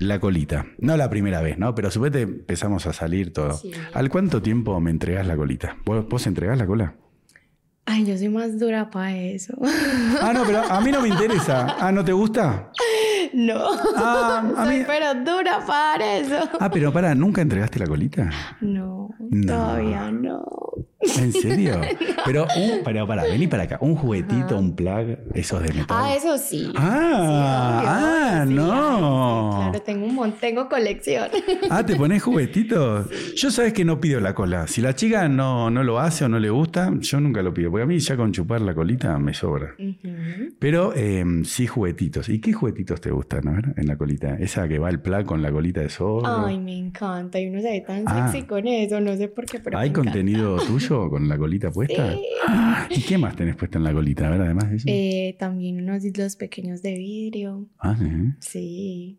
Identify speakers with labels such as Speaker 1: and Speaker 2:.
Speaker 1: La colita. No la primera vez, ¿no? Pero supuestamente empezamos a salir todo.
Speaker 2: Sí.
Speaker 1: ¿Al cuánto tiempo me entregás la colita? ¿Vos, vos entregás la cola?
Speaker 2: Ay, yo soy más dura para eso.
Speaker 1: Ah, no, pero a mí no me interesa. Ah, ¿no te gusta?
Speaker 2: no.
Speaker 1: Ah, a
Speaker 2: soy
Speaker 1: mí-
Speaker 2: pero dura para eso.
Speaker 1: Ah, pero para, ¿nunca entregaste la colita?
Speaker 2: No,
Speaker 1: No.
Speaker 2: todavía no.
Speaker 1: ¿En serio? Pero, un, pero para, vení para acá. Un juguetito,
Speaker 2: Ajá.
Speaker 1: un plug, esos de metal.
Speaker 2: Ah, eso sí.
Speaker 1: Ah, ah,
Speaker 2: Sí, obvio, sí,
Speaker 1: no.
Speaker 2: sí, Claro, tengo un montón, tengo colección.
Speaker 1: Ah, ¿te pones juguetitos? Yo sabes que no pido la cola. Si la chica no, no lo hace o no le gusta, yo nunca lo pido. Porque a mí ya con chupar la colita me sobra.
Speaker 2: Ujú.
Speaker 1: Pero eh, sí juguetitos. ¿Y qué juguetitos te gustan, a ver, en la colita? Esa que va el pla con la colita de zorro.
Speaker 2: Ay, me encanta. Y uno se ve tan
Speaker 1: Ah.
Speaker 2: sexy con eso. No sé por qué, pero.
Speaker 1: ¿Hay
Speaker 2: me encanta.
Speaker 1: contenido tuyo con la colita puesta?
Speaker 2: Sí.
Speaker 1: Ah, ¿Y qué más tenés puesta en la colita? A ver, además de eso.
Speaker 2: Eh, también unos hilos pequeños de vidrio.
Speaker 1: Ah, sí.
Speaker 2: Sí.